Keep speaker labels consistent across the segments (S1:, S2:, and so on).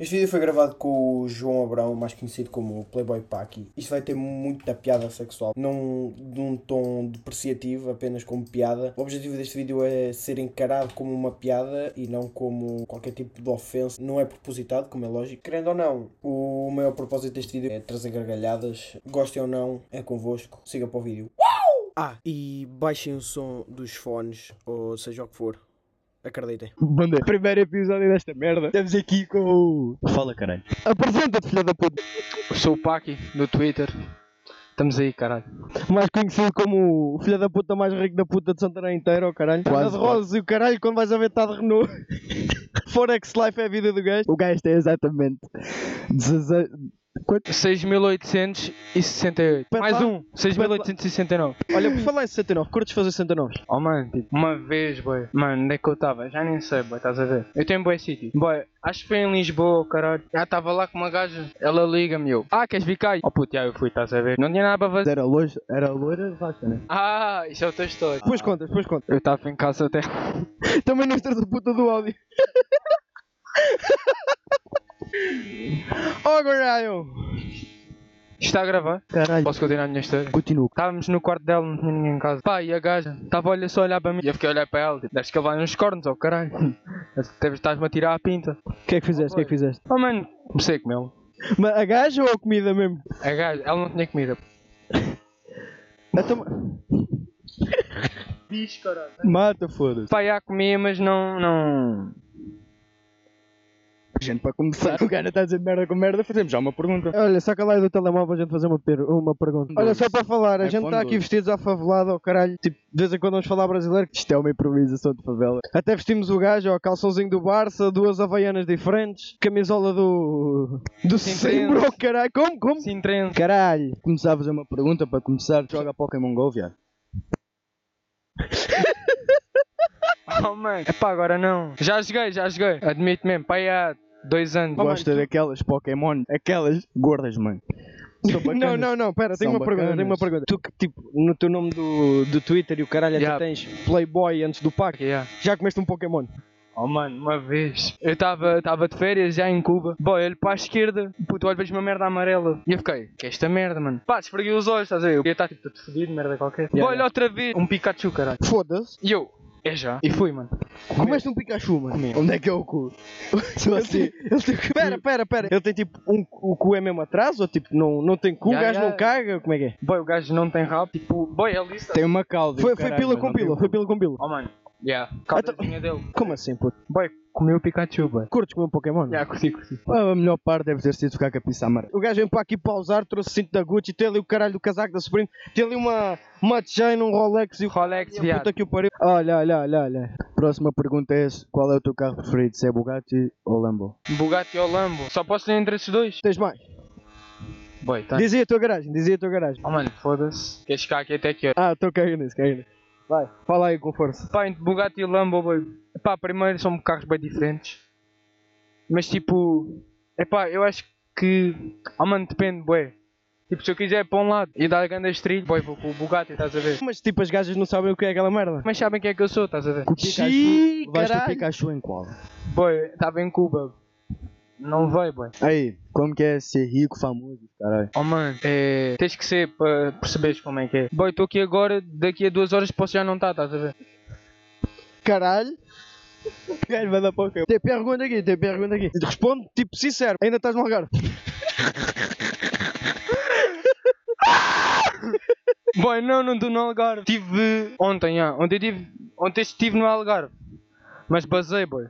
S1: Este vídeo foi gravado com o João Abrão, mais conhecido como Playboy Paki. Isto vai ter muita piada sexual, não num tom depreciativo, apenas como piada. O objetivo deste vídeo é ser encarado como uma piada e não como qualquer tipo de ofensa. Não é propositado, como é lógico. Querendo ou não, o maior propósito deste vídeo é trazer gargalhadas. Gostem ou não, é convosco. Siga para o vídeo. Ah, e baixem o som dos fones, ou seja o que for. Acreditem.
S2: Bandeira. Primeiro episódio desta merda. Estamos aqui com o.
S3: Fala, caralho.
S2: Apresenta-te, filha da puta.
S4: Sou o Paki, no Twitter. Estamos aí, caralho.
S2: Mais conhecido como o filha da puta mais rico da puta de Santarém inteiro, oh, caralho. As rosas e o caralho, quando vais a ver, está de Renault. Forex Life é a vida do gajo. O gajo tem exatamente 16. Quanto?
S4: 6.868.
S2: Pera
S4: Mais
S2: lá.
S4: um. 6.869.
S2: Olha, por falar em 69, curtes fazer 69?
S4: Oh, mano, tipo, uma vez, boy. Mano, onde é que eu estava? Já nem sei, boy, estás a ver? Eu tenho boy sítio. Boy, acho que foi em Lisboa, caralho. Já estava lá com uma gaja. Ela liga-me eu. Ah, queres vir cá? Oh, puto, já eu fui, estás a ver? Não tinha nada para fazer.
S2: Era loira, era loira vaca, né?
S4: Ah, isso é outra história.
S2: Depois contas, depois contas.
S4: Eu estava em casa até.
S2: Também não estás a puta do áudio. oh, caralho.
S4: Está a gravar?
S2: Caralho.
S4: Posso continuar a minha história?
S2: Continuo.
S4: Estávamos no quarto dela, não tinha ninguém em casa. Pá, e a gaja estava olha só a olhar para mim. E eu fiquei a olhar para ela, tipo, deves que ele vai nos cornos, oh caralho. Estás-me a tirar a pinta.
S2: O que é que fizeste? O que é que fizeste?
S4: Oh mano, comecei com ele.
S2: Mas a gaja ou a comida mesmo?
S4: A gaja, ela não tinha comida.
S2: Então...
S4: Diz, caralho.
S2: Mata, foda-se.
S4: Pá, já comia, mas não. não...
S2: Gente, para começar, o cara está a dizer merda com merda, fazemos já uma pergunta. Olha, saca lá é do telemóvel a gente fazer uma, per- uma pergunta. Olha, só para falar, a gente está aqui vestidos à favelada, ao caralho. Tipo, de vez em quando vamos falar brasileiro, que isto é uma improvisação de favela. Até vestimos o gajo, ó, calçãozinho do Barça, duas havaianas diferentes, camisola do. do
S4: Sim,
S2: Simbro,
S4: sim.
S2: oh, caralho. Como, como?
S4: Sim, trens.
S2: Caralho. Começar a fazer uma pergunta para começar. Joga Pokémon Go, viado.
S4: Oh mano. Epá, agora não. Já joguei, já joguei. Admito mesmo, pá, há dois anos.
S3: Gosta daquelas Pokémon, aquelas gordas, mano. São
S2: Não,
S3: bacanas.
S2: não, não, pera, tenho
S3: São
S2: uma pergunta, tenho uma
S3: bacanas.
S2: pergunta. Tu que tipo, no teu nome do, do Twitter e o caralho até
S4: Yeah.
S2: tens Playboy antes do pack,
S4: Yeah.
S2: já comeste um Pokémon?
S4: Oh mano, uma vez. Eu estava de férias já em Cuba. Boy, olho para a esquerda. Puto, olho vejo uma merda amarela. E eu fiquei, que é esta merda, mano? Pá, esfreguei os olhos, estás a ver? Eu ia estar tipo todo fodido, merda qualquer. Boy, olha outra vez. Um Pikachu, caralho.
S2: Foda-se.
S4: E eu, é já. E fui, mano.
S2: Comeste um Pikachu, mano.
S4: Comi.
S2: Onde é que é o cu? Ele
S3: assim.
S2: tem- ele tem- Assim, Pera, pera, pera. Ele tem tipo um. O cu é mesmo atrás? Ou tipo, não, não tem cu, o
S4: Yeah,
S2: gajo
S4: yeah.
S2: não caga? Como é que é?
S4: Boy, o gajo não tem rabo. Tipo, boy, é lista.
S3: Tem uma calda.
S2: Foi,
S3: do
S2: foi
S3: caralho,
S2: pila
S3: mas
S2: com
S3: não tem
S2: pila,
S3: cu.
S2: foi pila com pila.
S4: Oh mano, yeah. Caldazinha dele.
S2: Como assim, puto?
S4: Boy, comeu o Pikachu, boy.
S2: Curtes comer um Pokémon?
S4: Já, curti, curti.
S3: Ah, a melhor parte deve ter sido ficar com a pizza amarela.
S2: O gajo vem para aqui pausar, trouxe cinto da Gucci, tem ali o caralho do casaco da Supreme, tem ali uma, uma chain, um Rolex e o
S4: Rolex,
S2: Minha
S4: viado.
S2: puta que o pariu. Olha, olha, olha, olha.
S3: Próxima pergunta é: esse, qual é o teu carro preferido? Se é Bugatti ou Lambo?
S4: Bugatti ou Lambo. Só posso ter entre esses dois?
S2: Tens mais?
S4: Boy, tá.
S2: Dizia a tua garagem, dizia a tua garagem.
S4: Oh mano, foda-se. Queres ficar aqui até que hora?
S2: Ah, estou caindo nisso, caindo. Vai, fala aí com força.
S4: Pá, entre Bugatti e Lambo, boy. Epá, primeiro são carros bem diferentes. Mas tipo, epá, eu acho que. Oh mano, depende, boy. Tipo, se eu quiser para um lado e dar a grande estrilho, boy, vou com o Bugatti, estás a ver?
S2: Mas tipo, as gajas não sabem o que é aquela merda.
S4: Mas sabem quem é que eu sou, estás a ver?
S3: Com o
S2: Xiii,
S3: Pikachu, vais com o
S2: caralho.
S3: Pikachu em qual?
S4: Boy, estava em Cuba. Não veio, boy.
S3: Aí, como que é ser rico, famoso, caralho?
S4: Oh mano, é... tens que ser para perceberes como é que é. Boy, estou aqui agora, daqui a duas horas posso já não estar, estás a ver?
S2: Caralho. Gajo, manda para o quê? Tem pergunta aqui, tem pergunta aqui. Responde, tipo, sincero. Ainda estás no lugar.
S4: Boy, não, não estou no Algarve. Tive ontem, ah. Ontem, tive... ontem estive no Algarve. Mas basei, boy.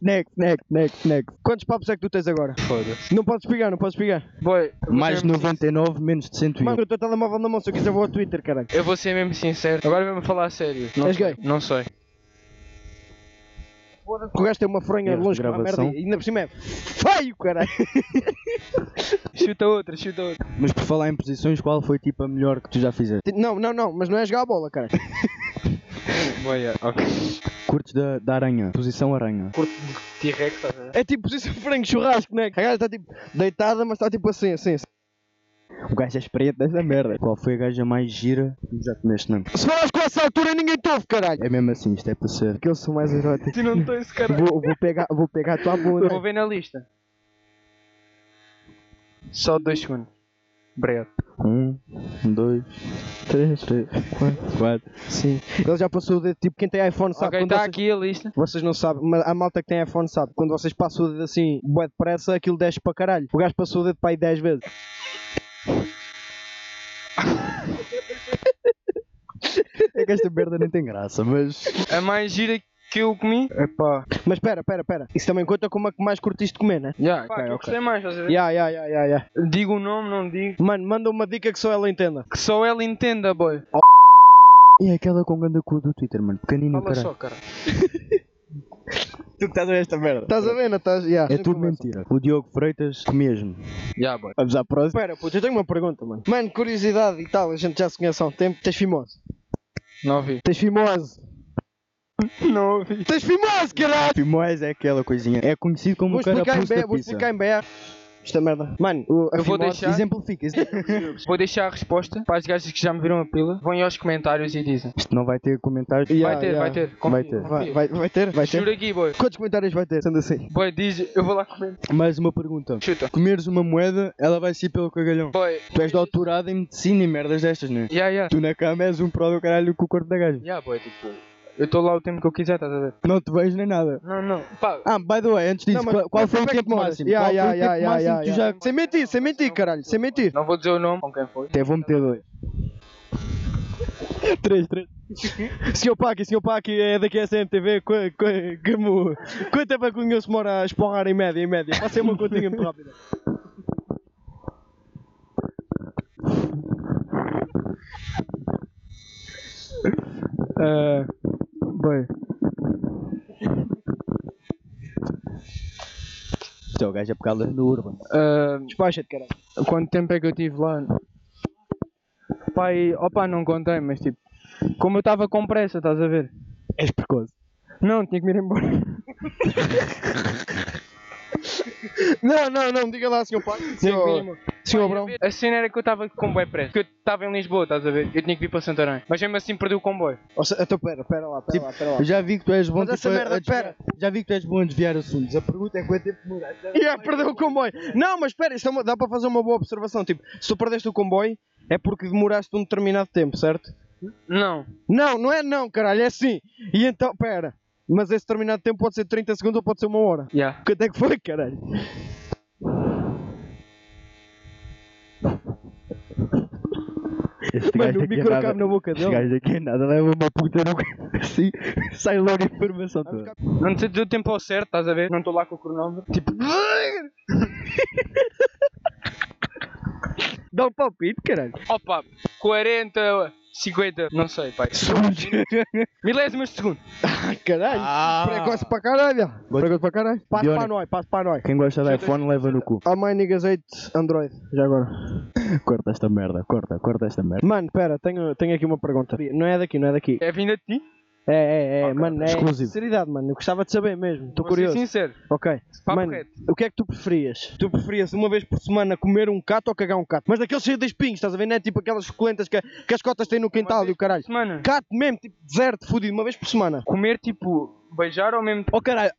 S2: Next, next, next, next. Quantos papos é que tu tens agora?
S4: Foda-se.
S2: Não podes pegar, não podes pegar.
S4: Boy, eu vou
S3: Mais
S4: ser
S3: de
S4: mesmo
S3: 99, menos de 101.
S2: Mano, o teu telemóvel na mão, se eu quiser vou ao Twitter, caralho.
S4: sin- Eu vou ser mesmo sincero. Agora mesmo falar a sério. Não
S2: És
S4: sei.
S2: gay?
S4: Não sei.
S2: O gajo tem uma fronha
S3: Erro de
S2: longe com uma merda
S3: gravação.
S2: e ainda por cima é feio, caralho.
S4: Chuta outra, chuta outra.
S3: Mas por falar em posições, qual foi tipo a melhor que tu já fizeste?
S2: Não, não, não, mas não é jogar a bola, caralho.
S4: Boy, ah, ok.
S3: Curtes da, da aranha, posição aranha.
S4: Curto de T-Rex, estás a ver?
S2: É tipo posição de frango churrasco, né? A gaja está tipo deitada, mas está tipo assim, assim, assim.
S3: O gajo é experiente desta merda. Qual foi a gaja mais gira que tu já comeste, não?
S2: Se falas com essa altura, ninguém te ouve, caralho.
S3: É mesmo assim, isto é para ser.
S2: Que eu sou mais erótico.
S4: Se não estou esse cara.
S2: Vou, vou pegar, vou pegar a tua bunda.
S4: Vou ver na lista. Só dois segundos. Obrigado.
S3: Um, dois, três, três, quatro, quatro.
S2: Sim. Ele já passou o dedo, tipo, quem tem iPhone sabe
S4: Ok,
S2: quando
S4: está
S2: vocês-
S4: aqui a lista.
S2: Vocês não sabem, mas a malta que tem iPhone sabe. Quando vocês passam o dedo assim, bué depressa, aquilo desce para caralho. O gajo passou o dedo para aí 10 vezes. é que esta merda nem tem graça, mas.
S4: A mais gira que eu comi. Epá.
S2: Mas espera, espera, espera. Isso também conta como a que mais curtiste de comer, né?
S4: Yeah,
S2: ok,
S4: pá, que eu
S2: ok.
S4: gostei mais, estás a ver?
S2: Ya, ya, ya, ya, ya.
S4: Digo o nome, não digo.
S2: Mano, manda uma dica que só ela entenda.
S4: Que só ela entenda, boy.
S2: Oh,
S3: E é aquela com ganda cu do Twitter, mano. Pequenino,
S4: Fala
S3: caralho.
S4: só, cara.
S3: Tu que estás a ver esta merda.
S2: Estás a ver, não estás? Ya.
S3: Tá, É tudo mentira. O Diogo Freitas mesmo.
S4: Yeah, boy.
S3: Vamos à próxima.
S2: Espera, puto, eu tenho uma pergunta, mano. Mano, curiosidade e tal, a gente já se conhece há um tempo. Tens fimose?
S4: Não ouvi.
S2: Tens fimose?
S4: Não ouvi.
S2: Tens fimose, caralho!
S3: Fimose é aquela coisinha. É conhecido como
S2: Vou
S3: o cara
S2: explicar em
S3: pus
S2: BR,
S3: da
S2: vou
S3: pizza.
S2: explicar em BR. Esta merda. Mano, o, a
S4: Eu vou
S2: fimose-
S4: deixar-
S2: exemplifica. exemplifica.
S4: Vou deixar a resposta para as gajas que já me viram a pila. Vão aí aos comentários e dizem.
S3: Isto não vai ter comentários.
S2: Yeah,
S4: vai ter,
S2: yeah.
S4: vai ter.
S3: Vai
S4: confio,
S3: ter.
S2: Vai,
S4: confio.
S2: vai, vai ter? Vai ter?
S4: Juro aqui, boy.
S2: Quantos comentários vai ter? Sendo assim.
S4: Boy, diz, eu vou lá comer.
S3: Mais uma pergunta.
S4: Chuta.
S3: Comeres uma moeda, ela vai sair pelo cagalhão.
S4: Boy.
S3: Tu és doutorado em medicina e merdas destas, não é?
S4: Yeah, yeah.
S3: Tu na cama és um pró do caralho com o corpo da gaja.
S4: Yeah, boy, tipo. Eu estou lá o tempo que eu quiser, estás a ver?
S3: Não te vejo nem nada.
S4: Não, não. Pá,
S3: Ah, by the way, antes disso,
S2: Não, mas-
S3: qual, qual foi o
S2: Como é que
S3: tempo
S2: moras?
S3: máximo?
S2: Ya,
S3: qual
S2: ya,
S3: foi o
S2: ya,
S3: tempo
S2: ya,
S3: máximo
S2: ya,
S3: que tu
S2: ya.
S3: já...
S2: Sem mentir, sem mentir, caralho, sem mentir.
S4: não vou dizer o nome com quem foi.
S3: Até vou meter dois. Ah,
S2: Três, três. senhor Paqui, senhor Paqui, é daqui a CMTV. qu- qu- que mo- Quanto tempo é que o senhor se mora a esporrar em média, em média? Passei uma continha muito rápida.
S4: Uh, boy.
S3: Isto é o gajo a pegar no Urban.
S4: Uh,
S2: Despacha-te, caralho.
S4: quanto tempo é que eu estive lá? Pai, opa, não contei, mas tipo, como eu estava com pressa, estás a ver?
S3: És precoce.
S4: Não, tinha que me ir embora.
S2: Não, não, não, diga lá, senhor Paqui.
S4: Tinha que me ir
S2: Senhor,
S4: embora.
S2: senhor Abrão.
S4: A cena era que eu estava com bué pressa, porque eu estava em Lisboa, estás a ver? Eu tinha que vir para Santarém, mas mesmo assim perdi o comboio.
S2: Ou seja, então pera, pera lá, pera lá, pera lá.
S3: Eu já vi que tu és bom
S2: Mas essa
S3: a-
S2: merda,
S3: a desviar- Já vi que tu és bom a desviar assuntos. A pergunta é quanto tempo demoraste.
S2: E yeah, perdeu o comboio. Não, mas espera, isto é uma- dá para fazer uma boa observação. Tipo, se tu perdeste o comboio, é porque demoraste um determinado tempo, certo?
S4: Não,
S2: Não, não é não, caralho, é sim. E então, pera. Mas esse determinado tempo pode ser 30 segundos ou pode ser uma hora.
S4: já. Yeah.
S2: Quanto é que foi, caralho?
S3: Este
S2: Mano,
S3: gajo
S2: o
S3: aqui é
S2: micro
S3: nada-
S2: cabe na boca
S3: Este
S2: dele.
S3: gajo aqui é nada, leva uma puta no assim, sai logo a informação toda.
S4: Não te deu tempo ao certo, estás a ver? Não estou lá com o cronómetro. Tipo,
S2: Dá um palpite, caralho.
S4: opa, 40, 50, não sei, pai. Milésimos de segundo.
S2: Ah, caralho. Precoce para caralho. Precoce para caralho. Passa
S3: Bionic.
S2: para nós, passa para nós.
S3: Quem gosta de iPhone leva no cu.
S2: Oh my niggas 8 Android, já agora.
S3: Corta esta merda, corta, corta esta merda.
S2: Mano, pera, tenho, tenho aqui uma pergunta. Não é daqui, não é daqui.
S4: É vinda de ti?
S2: É, é, é,
S4: Ok.
S2: mano, é
S3: Exclusivo.
S2: sinceridade, mano. Eu gostava de saber mesmo, estou
S4: Vou ser
S2: curioso.
S4: sincero.
S2: Ok.
S4: Papo
S2: mano,
S4: reto.
S2: o que é que tu preferias? Tu preferias uma vez por semana comer um cato ou cagar um cato? Mas daqueles cheios de espinhos, estás a ver? Não é tipo aquelas suculentas que, que as cotas têm no quintal e o caralho.
S4: Semana.
S2: Cato mesmo, tipo deserto, fudido, uma vez por semana.
S4: Comer, tipo, beijar ao mesmo tempo.
S2: Oh caralho.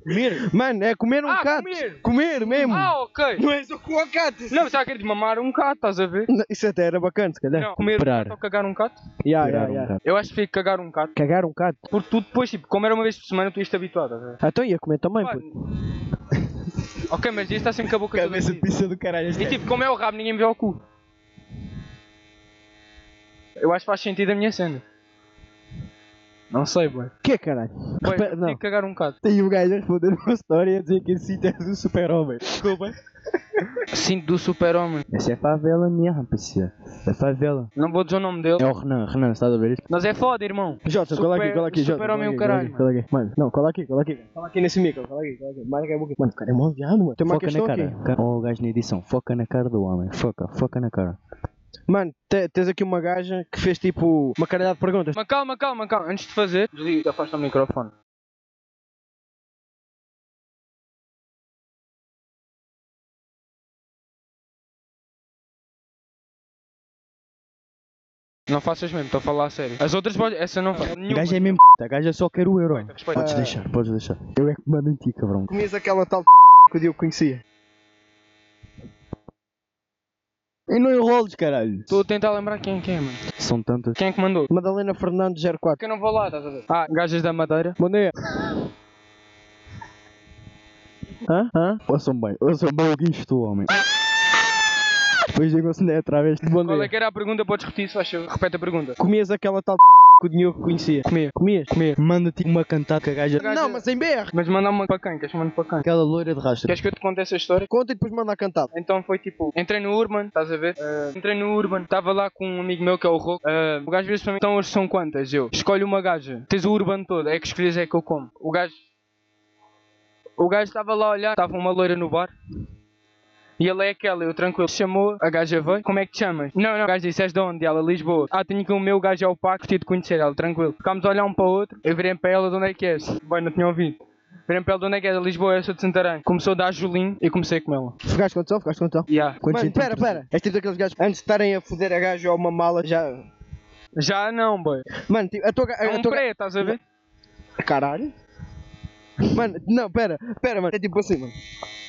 S2: Comer? Mano, é comer um
S4: Ah,
S2: cato.
S4: comer.
S2: mesmo.
S4: Ah, ok.
S2: Não é és o cu ao um cato. Isso,
S4: Não, está a querer mamar um gato, estás a ver?
S2: Não, isso até era bacana, se calhar.
S4: Não, comer um
S3: Parar.
S4: gato ou cagar um gato?
S2: Ya, ya,
S3: Tirar um
S2: ya.
S3: bocado.
S4: Eu acho que fico cagar um gato.
S2: Cagar um cato.
S4: Porque tu depois, tipo, como era uma vez por semana, tu ias-te habituado, estás a ver?
S2: Ah, Então ia comer também,
S4: Pá,
S2: puto.
S4: ok, mas isso está sempre com a boca toda
S3: Cabeça de
S4: fodida.
S3: pizza do caralho.
S4: E tipo, como é o rabo, ninguém me vê o cu. Eu acho que faz sentido a minha cena. Não sei, boi.
S2: Que caralho?
S4: Boi,
S2: Repara-
S4: tem que cagar um gato.
S3: Tem o gajo a responder uma história e a dizer que esse sítio é do super-homem. Desculpa.
S4: Cinto do super-homem.
S3: Essa é a favela mesmo, PC. É favela.
S4: Não vou dizer o nome dele.
S3: É o Renan, Renan, estás a ver isto?
S4: Mas é foda, irmão.
S2: Jota, cola aqui,
S4: Super-
S2: cola aqui, Jota.
S4: super-homem
S2: cola
S4: o
S2: aqui,
S4: caralho,
S2: cola aqui, Mano, não, cola aqui, cola aqui. Cola aqui nesse micro, cola aqui, cola aqui. Marca a boca. Mano, o cara é mó viado, mano. Tem uma
S3: Foca na
S2: questão
S3: né, cara.
S2: aqui.
S3: Ca- Ó, o gajo na edição. Foca na cara do homem. Foca, foca na cara.
S2: Mano, te- tens aqui uma gaja que fez tipo uma caralhada de perguntas.
S4: Mas calma, calma, calma. Antes de fazer, desliga, afasta o microfone. Não faças mesmo, estou a falar a sério. As outras pode. Essa não faz.
S3: O
S4: Nenhuma.
S3: gajo é mesmo c****, A gaja só quer o euro.
S4: Respeita.
S2: Ah,
S3: Podes deixar, podes deixar. Eu é que mando em ti, cabrão.
S2: Comias aquela tal que eu conhecia.
S3: E não enroles, caralho.
S4: Estou a tentar lembrar quem é que é, mano.
S3: São tantas.
S4: Quem é que mandou?
S2: Madalena Fernandes 04.
S4: Porque eu não vou lá, estás a ver? Ah, gajas da Madeira.
S2: Bom dia.
S3: Hã? Hã? Ouçam bem, ouçam bem o que estou, homem. Depois digam se não é travesti. Bom
S4: Qual é
S3: dia.
S4: que é? era a pergunta? Podes repetir, se faz favor. Repete a pergunta.
S2: Comias aquela tal que o Diogo conhecia.
S4: Comia.
S2: Comias? tipo,
S4: Comia.
S3: Manda-te uma cantada que a gaja.
S4: Gaja-
S2: Não, mas em BR.
S4: Mas manda uma para quem? Queres mandar para quem?
S3: Aquela loira de rastro.
S4: Queres que eu te conte essa história?
S2: Conta e depois manda a cantada.
S4: Então foi tipo, entrei no Urban, estás a ver? Eh, entrei no Urban, estava lá com um amigo meu que é o Roco. Eh, o gajo vira-se para mim, então hoje são quantas? Eu escolho uma gaja, tens o Urban todo, é que escolhes é que eu como. O gajo. O gajo estava lá a olhar, estava uma loira no bar. E ela é aquela, eu tranquilo. Chamou, a gaja veio. Como é que te chamas? Não, não. O gajo disse, és de onde? Ela, Lisboa. Ah, tenho que o meu, o gajo é o Paco, tive de conhecer ela, tranquilo. Ficámos a olhar um para o outro. Eu virei para ela, de onde é que és? Bem, não tinha ouvido. Virei para ela, de onde é que és? Lisboa, eu sou de Santarém. Começou a dar Julinho e comecei com ela.
S2: Ficaste com tesão, ficaste com tesão.
S4: Yeah.
S3: Quantos
S2: Mano,
S3: centímetros?
S2: pera, pera. És tipo daqueles gajos, antes de estarem a foder a gajo ou uma mala, já...
S4: Já não, boy.
S2: Mano, tipo, a tua... ga-
S4: É
S2: A
S4: um
S2: tua... ga-
S4: pré, estás a ver?
S2: Caralho. Mano, não, pera, pera, mano. É tipo assim, mano.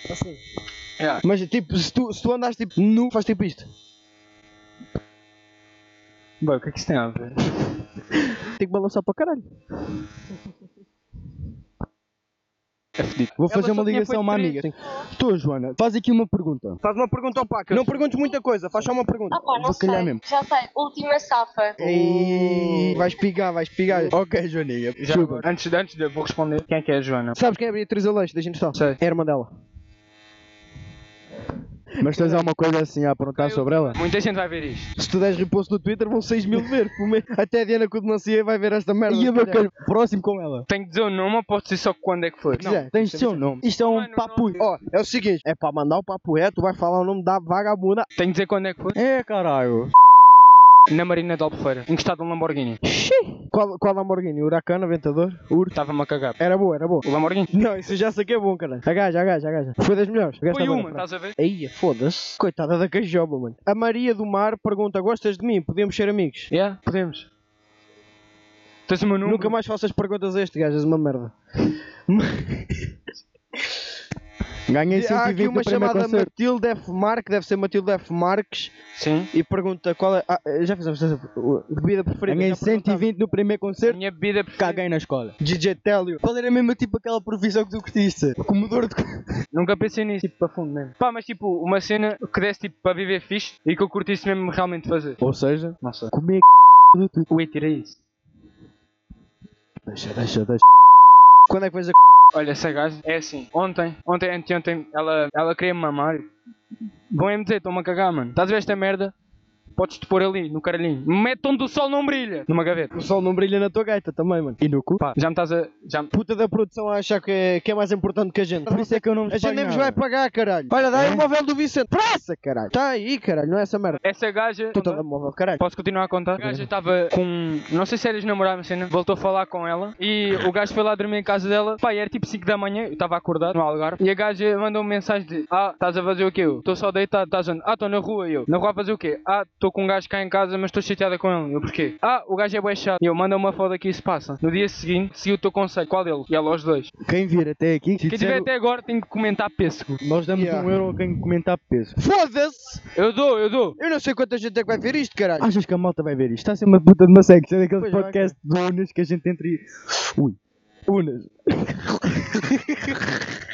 S2: Assim.
S4: Yeah.
S2: Mas tipo, se tu, se tu andas tipo nu, faz tipo isto.
S4: Boy, o que é que isso tem a ver?
S2: Tem que balançar para caralho.
S4: É fedido.
S3: Vou
S4: Ela
S3: fazer uma
S4: só tinha
S3: ligação a uma
S4: feito
S3: amiga. Tu, Joana, faz aqui uma pergunta.
S2: Faz uma pergunta ao Oh. Paco. Não perguntes muita coisa, faz só uma pergunta.
S5: Ah pá, não
S3: Vou
S5: sei.
S3: calhar mesmo. É.
S5: Já sei, última safa.
S2: Ei, vais pigar, vais pigar.
S3: Ok, Joaninha.
S4: Já
S3: Chupa.
S4: agora, antes, de- antes de eu vou responder, quem é que é a Joana?
S2: Sabes quem é a Beatriz Aleixo da Genital?
S4: Sei.
S2: É a irmã dela.
S3: Mas tens alguma coisa assim a perguntar sobre ela?
S4: Muita gente vai ver isto.
S2: Se tu deres reposto no Twitter, vão 6 mil ver. pelo menos. Até a Diana Codenancia vai ver esta merda.
S3: E
S2: se
S3: eu meu
S2: calhar.
S3: quero próximo com ela.
S4: Tenho que dizer o nome ou posso dizer só quando é que foi?
S2: Não.
S3: Tens de ser o nome. Isto é um
S4: Mano,
S3: papo.
S4: não.
S2: Ó, é o seguinte: é para mandar o papo reto, tu vai falar o nome da vagabunda.
S4: Tenho que dizer quando é que foi?
S3: É, caralho.
S4: Na Marina de Albufeira, encostado a um Lamborghini.
S2: Qual, qual Lamborghini? Huracán, Aventador? Urto.
S4: Estava-me a cagar.
S2: Era boa, era boa.
S4: O Lamborghini?
S2: Não, isso eu já sei que é bom, caralho. A gaja, a gaja, a gaja. Foi das melhores. A gaja
S4: Foi
S2: tá bem
S4: uma,
S2: na frente.
S4: estás a ver?
S2: Aí, foda-se. Coitada da cajoba, mano. A Maria do Mar pergunta: Gostas de mim? Podemos ser amigos?
S4: Yeah, podemos. Tens o meu número?
S2: Nunca mais faças perguntas a este gajo, és uma merda.
S3: Ganhei
S2: Há aqui
S3: 120
S2: uma
S3: no primeiro
S2: chamada
S3: concerto.
S2: Matilde F. Marques, deve ser Matilde F. Marques,
S4: Sim.
S2: e pergunta qual é. Ah, já fizemos essa o- bebida preferida.
S3: Ganhei
S2: já perguntava.
S3: 120 no primeiro
S4: A
S3: concerto.
S4: minha bebida preferida.
S3: Caguei na escola.
S2: DJ Télio.
S3: Qual era mesmo tipo aquela profissão que tu curtiste? Comedor de.
S4: Nunca pensei nisso, tipo, para fundo mesmo. Pá, mas tipo, uma cena que desse tipo para viver fixe e que eu curtisse mesmo realmente fazer.
S3: Ou seja,
S4: Não sei.
S3: comer a c do tu.
S4: Ui, tira isso.
S3: Deixa, deixa, deixa.
S2: Quando é que vais a.
S4: Olha, essa gaja é assim. Ontem, ontem, anteontem, ela, ela queria-me mamar. Vão me dizer, estou-me a cagar, mano. Estás a ver esta merda? Podes-te pôr ali, no caralhinho. Mete onde o sol não brilha. Numa gaveta.
S2: O sol não brilha na tua gaita também, mano.
S3: E no cu?
S4: Pá, já me estás a... Já me...
S2: Puta da produção a achar que é, que é mais importante que a gente.
S3: Por isso é que eu não
S2: A gente nem
S3: pago
S2: vos
S3: nada.
S2: vai pagar, caralho. Olha, dá aí o móvel do Vicente. Pressa, caralho. Tá aí, caralho, não é essa merda.
S4: Essa gaja...
S2: Puta da móvel, caralho.
S4: Posso continuar a contar? A gaja estava com... Não sei se eras namorado, mas cena. Voltou a falar com ela. E o gajo foi lá dormir em casa dela. Pá, e era tipo 5 da manhã. Eu estava acordado no Algarve. E a gaja mandou uma mensagem de... Ah, estás a fazer o quê? Estou só deitado. Estás onde? Ah, estou na rua. E Eu. Na rua a fazer o quê? Ah, estou com um gajo cá em casa, mas estou chateada com ele. Eu porquê? Ah, o gajo é bué chato. E eu, manda uma foto aqui e se passa. No dia seguinte, segui o teu conselho. Qual dele? E ela aos dois.
S3: Quem vir até aqui,
S4: Quem tiver até agora tem que comentar pêssego.
S3: nós damos
S2: Yeah.
S3: um euro a quem comentar peso.
S2: Foda-se!
S4: Eu dou, eu dou.
S2: Eu não sei quanta gente é que vai ver isto, caralho.
S3: Achas que a malta vai ver isto? Está a ser uma puta de uma seca, sendo aqueles
S2: Pois vai,
S3: podcasts de Unas que a gente entra e. Ui, Unas.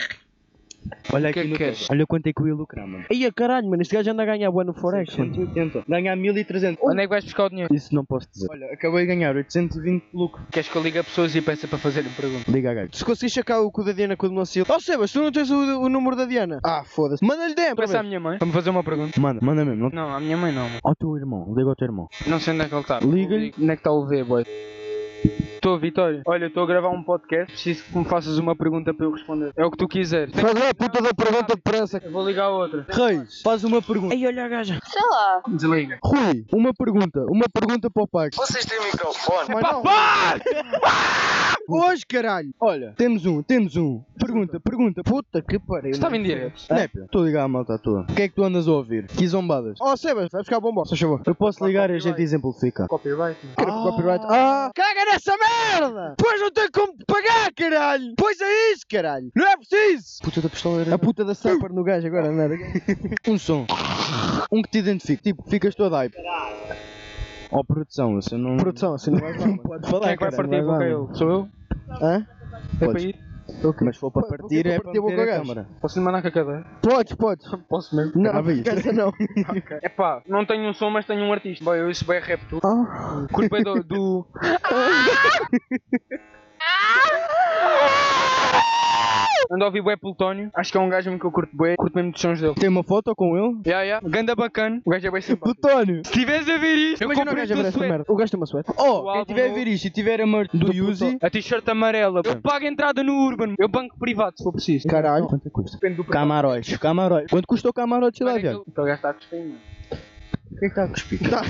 S3: Olha
S4: que é
S3: aqui
S4: que
S3: no
S4: queres?
S3: Olha quanto é que eu ia lucrar, mano.
S2: Aí, caralho, mano, este gajo anda a ganhar boa no Forex, mano.
S3: 180. Ganhar 1300.
S4: Onde é que vais buscar o dinheiro?
S3: Isso não posso dizer. Olha, acabei de ganhar 820 de lucro.
S4: Queres que eu ligue a pessoas e peça para fazerem perguntas?
S3: Liga a gajo.
S2: Se conseguires sacar o cu da Diana com o Democil. Ó, Sebas, tu não tens o, o número da Diana? Ah, foda-se. Manda-lhe DM,
S4: Peça à
S2: primeiro.
S4: minha mãe para me fazer uma pergunta.
S3: Manda, manda mesmo. Não...
S4: Não, à minha mãe não.
S3: Ao teu irmão, liga ao teu irmão.
S4: Não sei onde é que ele está.
S3: Liga-lhe.
S4: Onde é que está o V, boy? Estou, Vitória. Olha, estou a gravar um podcast. Preciso que me faças uma pergunta para eu responder. É o que tu quiseres.
S2: Faz lá a puta da pergunta depressa.
S4: Eu vou ligar a outra.
S3: Reis, faz uma pergunta. Ei, olha a gaja.
S5: Sei lá.
S4: Desliga.
S3: Rui,
S4: É
S3: uma pergunta. Uma pergunta para o Paco.
S2: Mas não. Hoje, caralho! Olha, temos um, temos um. Pergunta, pergunta. Puta que pariu. é,
S4: Estava tá em direto.
S2: Snap, estou a ligar à malta à tua. O que é que tu andas a ouvir? Que zombadas. Oh, Sebas, vai buscar a bomba, se favor.
S3: Eu posso ligar e a gente exemplifica.
S4: Copyright. mano.
S2: Quero que copyright. Ah, caga nessa merda! Pois não tem como te pagar, caralho! Pois é isso, caralho! Não é preciso!
S3: Puta da pistoleira.
S2: A puta da sniper no gajo agora, não era? um som. Um que te identifique. Tipo, ficas toda hype. Oh,
S3: Ó, produção, você não.
S2: Produção, assim não vais Não pode falar,
S4: Quem é que vai
S2: caralho,
S4: partir a
S2: não
S4: boca?
S2: vai
S4: é
S2: dar.
S4: eu? Sou eu?
S2: Hã?
S4: É para
S3: Podes.
S4: ir?
S3: Mas se for para
S2: Pô, vou
S3: partir,
S2: ter que
S3: é para
S2: partir a boca
S3: meter a
S2: ao gajo.
S3: câmara.
S4: Posso lhe mandar com a cadeira?
S2: Podes, podes.
S4: Posso mesmo.
S2: Não,
S3: Grava isso.
S2: essa não.
S4: É pá, não tenho um som, mas tenho um artista. Boy, eu isso bem rap tu. Culpa é do. do... Ando a ouvir bué Plutónio. Acho que é um gajo mesmo que eu curto bué. Curto mesmo dos sons dele.
S2: Tem uma foto com ele?
S4: Ya, ya. Ganda bacana. O gajo é bem simpático.
S2: Plutónio!
S4: Se tivesse a ver isto, eu
S2: Imagina o
S4: comprei
S2: um gajo a
S4: o
S2: ver essa
S4: suéter.
S2: merda. O gajo tem uma suéte.
S4: O
S2: Oh,
S4: álbum
S2: quem tiver a
S4: novo.
S2: ver isto e tiver a merda do Yuzi,
S4: A t-shirt amarela. Eu pago a entrada no Urban. Eu banco privado, se for preciso.
S2: caralho.
S3: Quanto é que custa?
S4: Depende do
S3: Camarotes, camarotes. Quanto custou camarotes lá,
S4: Mas é que
S3: viado?
S4: ele- Aquele gajo está a cuspir, mano.
S2: Tá.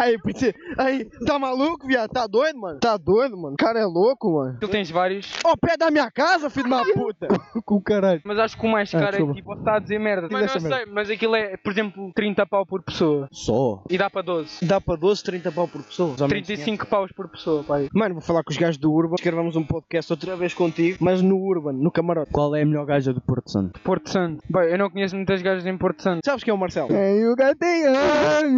S2: Aí, putz, aí, tá maluco, viado? Tá doido, mano? Tá doido, mano? O cara é louco, mano.
S4: Tu tens vários.
S2: Ó, pé da minha casa, filho de uma puta!
S3: Com o caralho.
S4: Mas acho que o
S2: Ah,
S4: mais caro é
S3: desculpa.
S4: que tipo, está a dizer merda.
S2: Diz
S4: Mas
S2: essa
S4: não
S2: merda.
S4: sei, mas aquilo é, por exemplo, 30 pau por pessoa.
S3: Só.
S4: E dá para 12.
S2: Dá pra 12, 30 pau por pessoa?
S4: 35 paus por pessoa, pai.
S2: Mano, vou falar com os gajos do Urban. Escrevemos um podcast outra vez contigo, mas no Urban, no camarote.
S3: Qual é a melhor gaja do Porto Santo?
S4: Porto Santo. Bem, eu não conheço muitas gajas em Porto Santo.
S2: Sabes quem é o Marcelo?
S3: É o gatinho.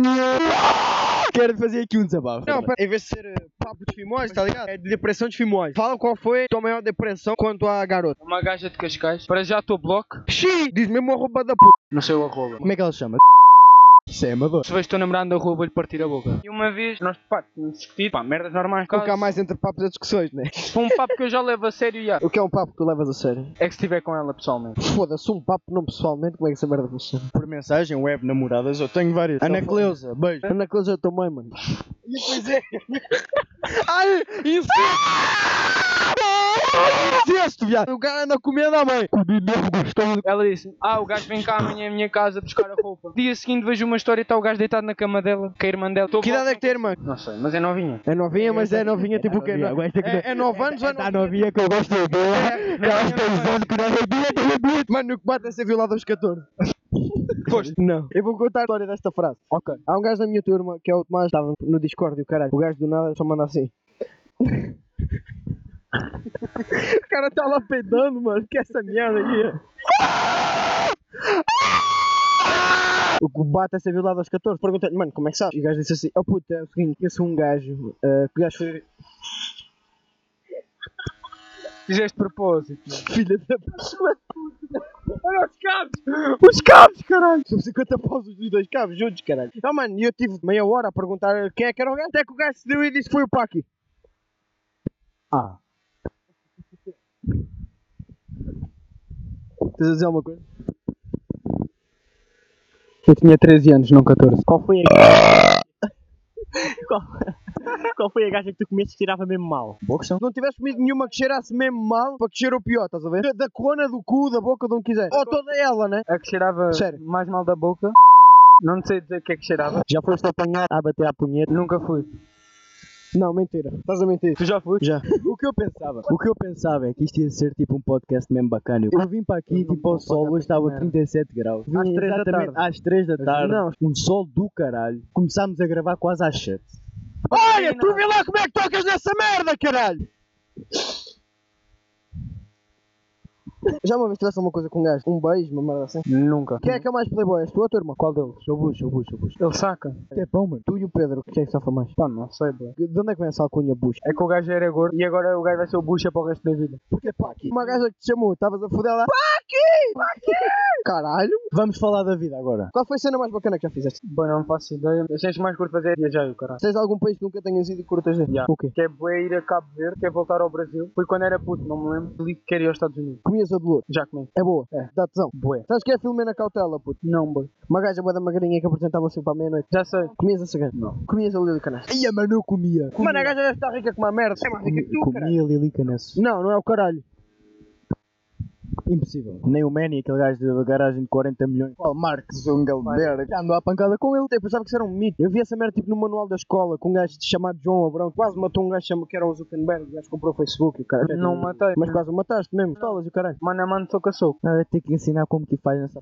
S3: Quero fazer aqui um desabafo.
S2: Não, pera, em vez de ser eh, papo de fimose, tá ligado? É de depressão de fimose. Fala qual foi a tua maior depressão quanto à garota.
S4: É Uma gaja de Cascais. Para já estou bloco.
S2: Xi! Diz mesmo a roupa da puta.
S4: Não sei o arroba.
S3: Como é que ela se chama? Isso é amador.
S4: Se vejo teu namorado na rua, vou-lhe partir a boca. E uma vez, nós, pá, tínhamos discutido, pá, merdas normais.
S2: Colocar
S4: caso.
S2: mais entre papos e discussões, né?
S4: Foi um papo que eu já levo a sério, já.
S2: O que é um papo que tu levas a sério?
S4: É que se estiver com ela pessoalmente.
S2: Foda-se, um papo não pessoalmente, como é que essa merda funciona?
S3: Por mensagem, web, namoradas, eu tenho várias. Ana Cleusa, beijo.
S2: Ana Cleusa é tua mãe, mano. E pois é. Ai, isso! Incesto, viado. O cara anda comendo a mãe.
S4: Ela disse Ah, o gajo vem cá amanhã à minha casa buscar a roupa. Dia seguinte vejo uma história e está o gajo deitado na cama dela, com a irmã dela. Tô
S2: Que idade é que tem, irmã?
S4: Não sei, mas é novinha.
S2: É novinha, mas é novinha tipo o quê?
S3: novinha,
S2: No-
S3: gosta que-
S2: É, é 9 anos ou é
S3: Está tá
S2: novinha?
S3: novinha que eu gosto de ver. Que ela está usando que É, não é bebida.
S2: Mano, o que bate é ser violado aos 14.
S4: Foste.
S2: Não. Eu vou contar a história desta frase. Ok. Há um gajo da minha turma, que é o Tomás, estava no Discord e o caralho. O gajo do nada só manda assim. o cara tá lá peidando, mano. Que é essa merda aí. O que bate é ser violado aos 14. Perguntei-lhe, mano, como é que sabes? E o gajo disse assim: Oh puta, é o seguinte, conheço um gajo. ah, que o gajo foi
S4: Fizeste propósito.
S2: filha da pessoa. Olha os cabos! Os cabos, caralho! São 50 paus os dois cabos juntos, caralho. Não, mano, e eu tive meia hora a perguntar quem é que era o gajo. Até que o gajo se deu e disse foi o Paki.
S3: Ah,
S2: Estás a dizer alguma coisa? Eu tinha 13 anos, não 14.
S6: Qual foi a. Qual... Qual foi a gaja que tu comeste que tirava mesmo mal?
S3: boa questão.
S2: Não tivesse comido nenhuma que cheirasse mesmo mal, para que cheirou pior, estás a ver? Da, da cona, do cu, da boca, de onde quiser. Ou toda ela, né?
S4: A É que cheirava
S2: Sério?
S4: mais mal da boca. Não sei dizer o que é que cheirava.
S6: Já foste apanhado
S2: Ah,
S6: a bater à punheta?
S4: Nunca fui.
S2: Não, mentira. Estás a mentir.
S4: Tu já foste?
S2: Já. O que eu pensava?
S3: O que eu pensava é que isto ia ser tipo um podcast mesmo bacana. Eu vim para aqui, tipo, ao sol, hoje estava 37 graus. Vim
S2: Às três da
S3: exatamente
S2: tarde.
S3: às 3 da tarde.
S2: Não.
S3: Um sol do caralho. Começámos a gravar quase às 7.
S2: Olha, tu vê lá como é que tocas nessa merda, caralho! Já uma vez tivesse alguma coisa com um gajo? Um beijo, uma merda assim?
S4: Nunca.
S2: Quem é que é mais playboy? És tu ou a tua irmã? Qual deles?
S3: Eu bucho, eu bucho, eu bucho.
S4: Ele saca?
S3: É bom, mano.
S2: Tu e o Pedro, quem é que safa mais?
S4: Pá, não sei, bro.
S2: De onde é que vem essa alcunha bucha?
S4: É que o gajo era gordo e agora o gajo vai ser o bucha para o resto da vida.
S2: Porque pá, aqui. Uma gaja que te chamou, estavas a foder lá. Pá, aqui! Caralho!
S3: Vamos falar da vida agora.
S2: Qual foi a cena mais bacana que já fizeste?
S4: Bom, não faço ideia. As cenas que mais curto fazer é viajar, o caralho.
S2: Tens algum país que nunca tenhas ido e curtas de?
S4: Já.
S2: O quê?
S4: Que é bué ir a Cabo Verde, que é voltar ao Brasil. Fui quando era puto, não me lembro. Li que queria ir aos Estados Unidos.
S2: Comias a dolor.
S4: Já comi.
S2: É boa.
S4: É.
S2: Dá tesão.
S4: Bué.
S2: Sabes que é a Filomena Cautela, puto?
S4: Não, boi.
S2: Uma gaja boa da magrinha que apresentava sempre à meia-noite.
S4: Já sei.
S2: Comias essa gaja?
S4: Não.
S2: Comias a Lili Canastra?
S3: Ia, mano, eu comia.
S2: Mano, a gaja deve estar rica como a merda. É mais rica que tu, caralho.
S3: Comia lilica nesse.
S2: Não, não é o caralho.
S3: Impossível.
S2: Nem o Manny, aquele gajo da garagem de 40 milhões. Oh, Mark Zungelberg. Já andou à pancada com ele. Eu pensava que isso era um mito. Eu vi essa merda tipo no manual da escola com um gajo chamado João Abrão. Quase matou um gajo chamado- que era o Zuckerberg. O gajo comprou o Facebook e o cara.
S4: Não matei.
S2: Mas quase o mataste mesmo. Tolas e o caralho.
S4: Mano a mano, soco a soco.
S3: Ah, eu tenho que ensinar como que faz nessa.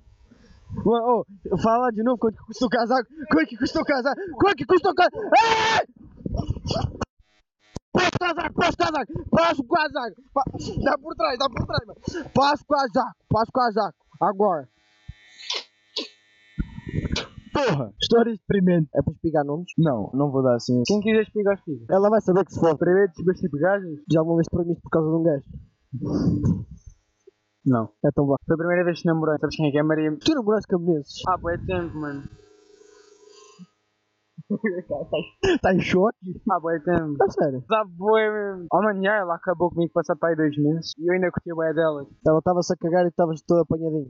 S2: Oh, oh, fala de novo quanto que custou o casaco. Quanto que custou o casaco? Quanto que custou o casaco? Ah! Passa o casaco, passa o casaco, passa o casaco. Pa- Dá por trás, dá por trás. mano. Passa o casaco, passa o casaco. Agora. Porra, histórias deprimente. É para explicar nomes? Não, não vou dar assim.
S4: Quem quiser explicar as filhas?
S2: Ela vai saber que se for.
S4: Primeiro desgastei gajos.
S2: Já alguma vez para mim por causa de um gajo? Não. É tão bom.
S4: Foi a primeira vez que namorei. Sabes quem é que é? Maria.
S2: Tu namoraste cabeças?
S4: Ah, boé tempo, mano.
S2: Está Tá em choque?
S4: Ah, boé tempo.
S2: Está Tá sério?
S4: Sabe, boé mesmo. Oh, mano, já, ela acabou comigo passar para aí dois meses. E eu ainda curti a boé dela.
S2: Ela estava-se a cagar e estavas todo apanhadinho.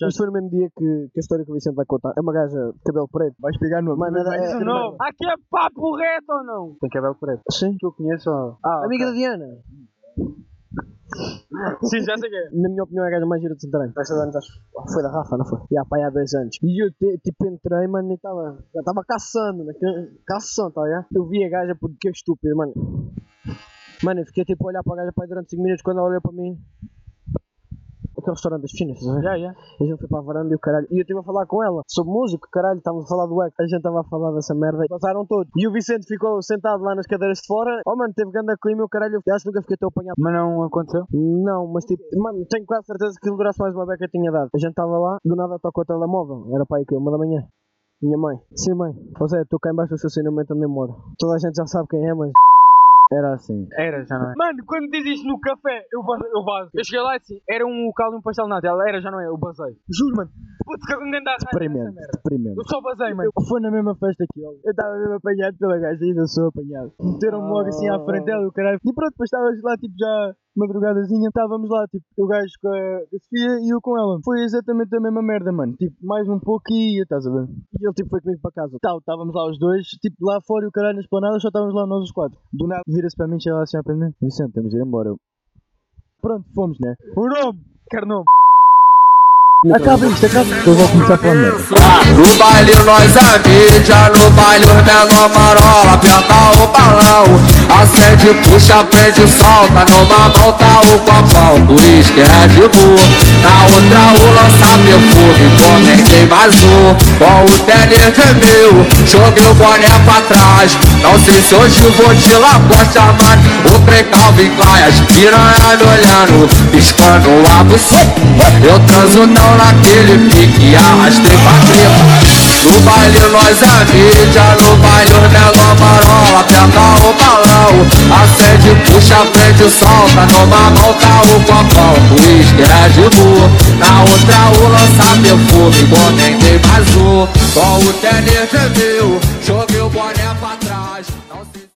S2: Mas foi no mesmo dia que, que a história que o Vicente vai contar. É uma gaja de cabelo preto. Vais pegar no. Mano, era,
S4: Mas
S2: é-
S4: de novo, aqui é papo reto ou não? Tem cabelo preto.
S2: Sim.
S4: Que eu conheço. ó. Ah,
S2: Amiga da Diana.
S4: ok. Sim, já sei quem é.
S2: Na minha opinião, é a gaja mais gira de Santarém. Essa anos acho. Foi da Rafa, não foi? E há pai há 10 anos. E eu, te- tipo, entrei, mano, e estava. Estava caçando, né? Ca- Caçando, tá ligado? Eu vi a gaja porque é estúpido, mano. Mano, eu fiquei tipo a olhar para a gaja pai durante 5 minutos quando ela olhou para mim. Aquele restaurante das Chinas, estás a ver?
S4: Já, já.
S2: A gente foi para a varanda e o caralho. E eu estive a falar com ela sobre música, caralho. Estávamos a falar do eco. A gente estava a falar dessa merda. Passaram todos. E o Vicente ficou sentado lá nas cadeiras de fora. Oh, mano, teve grande clima e o caralho. Eu acho que nunca fiquei tão apanhado.
S4: Mas não aconteceu?
S2: Não, mas tipo, mano, tenho quase certeza que ele durasse mais uma beca eu tinha dado. A gente estava lá, do nada toca o telemóvel. Era para aí que uma da manhã. Minha mãe. Sim, mãe. Ou seja, estou cá embaixo do estacionamento onde eu moro. Toda a gente já sabe quem é, mas. Era assim.
S4: Era, já não é. Mano, quando diz isto no café, eu vazo. Eu, vazo. eu cheguei lá e assim, era um local e um pastel nada. Ela era, já não é, eu basei. Juro, mano. Puta, que um grande arraio
S3: Deprimente,
S4: dessa merda.
S3: deprimente.
S4: Eu só basei, mano.
S3: Foi na mesma festa que ele. Eu estava mesmo apanhado pela gaja, ainda sou apanhado. Meteram-me logo assim à frente dela, o caralho. E pronto, depois estavas lá, tipo, já madrugadazinha, estávamos lá, tipo, o gajo com a com a Sofia e eu com ela. Foi exatamente a mesma merda, mano. Tipo, mais um pouco e ia, estás a ver?
S2: E ele tipo foi comigo para casa.
S3: Tal, estávamos lá os dois, tipo, lá fora e o caralho na esplanada, só estávamos lá nós os quatro. Do nada, vira-se para mim e chega lá assim à frente, Vicente, temos de ir embora. Eu, Pronto, fomos, né?
S4: O nome! Quero nome.
S3: Acaba isto, acaba isto. Eu vou começar a falar merda.
S7: No baile nós é mídia, no baile os menor marola, aperta o balão. Acende, puxa, prende, solta, numa mão tá o copão, o uísque é Red Bull. Na outra o lança perfume, comecei mais um, com o tênis tremeu, joguei o boné pra trás. Não sei se hoje vou de lagosta, mas o trem Calvin Klein, as piranha me olhando, piscando a buceta. Eu transo não naquele pique, arrastei pra cima. No baile nós é mídia, no baile os menor marola, aperta o balão. Acende, puxa, prende, solta, numa mão tá o copão, uísque é de boa. Na outra o lança perfume, comentei mais um, com o tênis de mil. Joga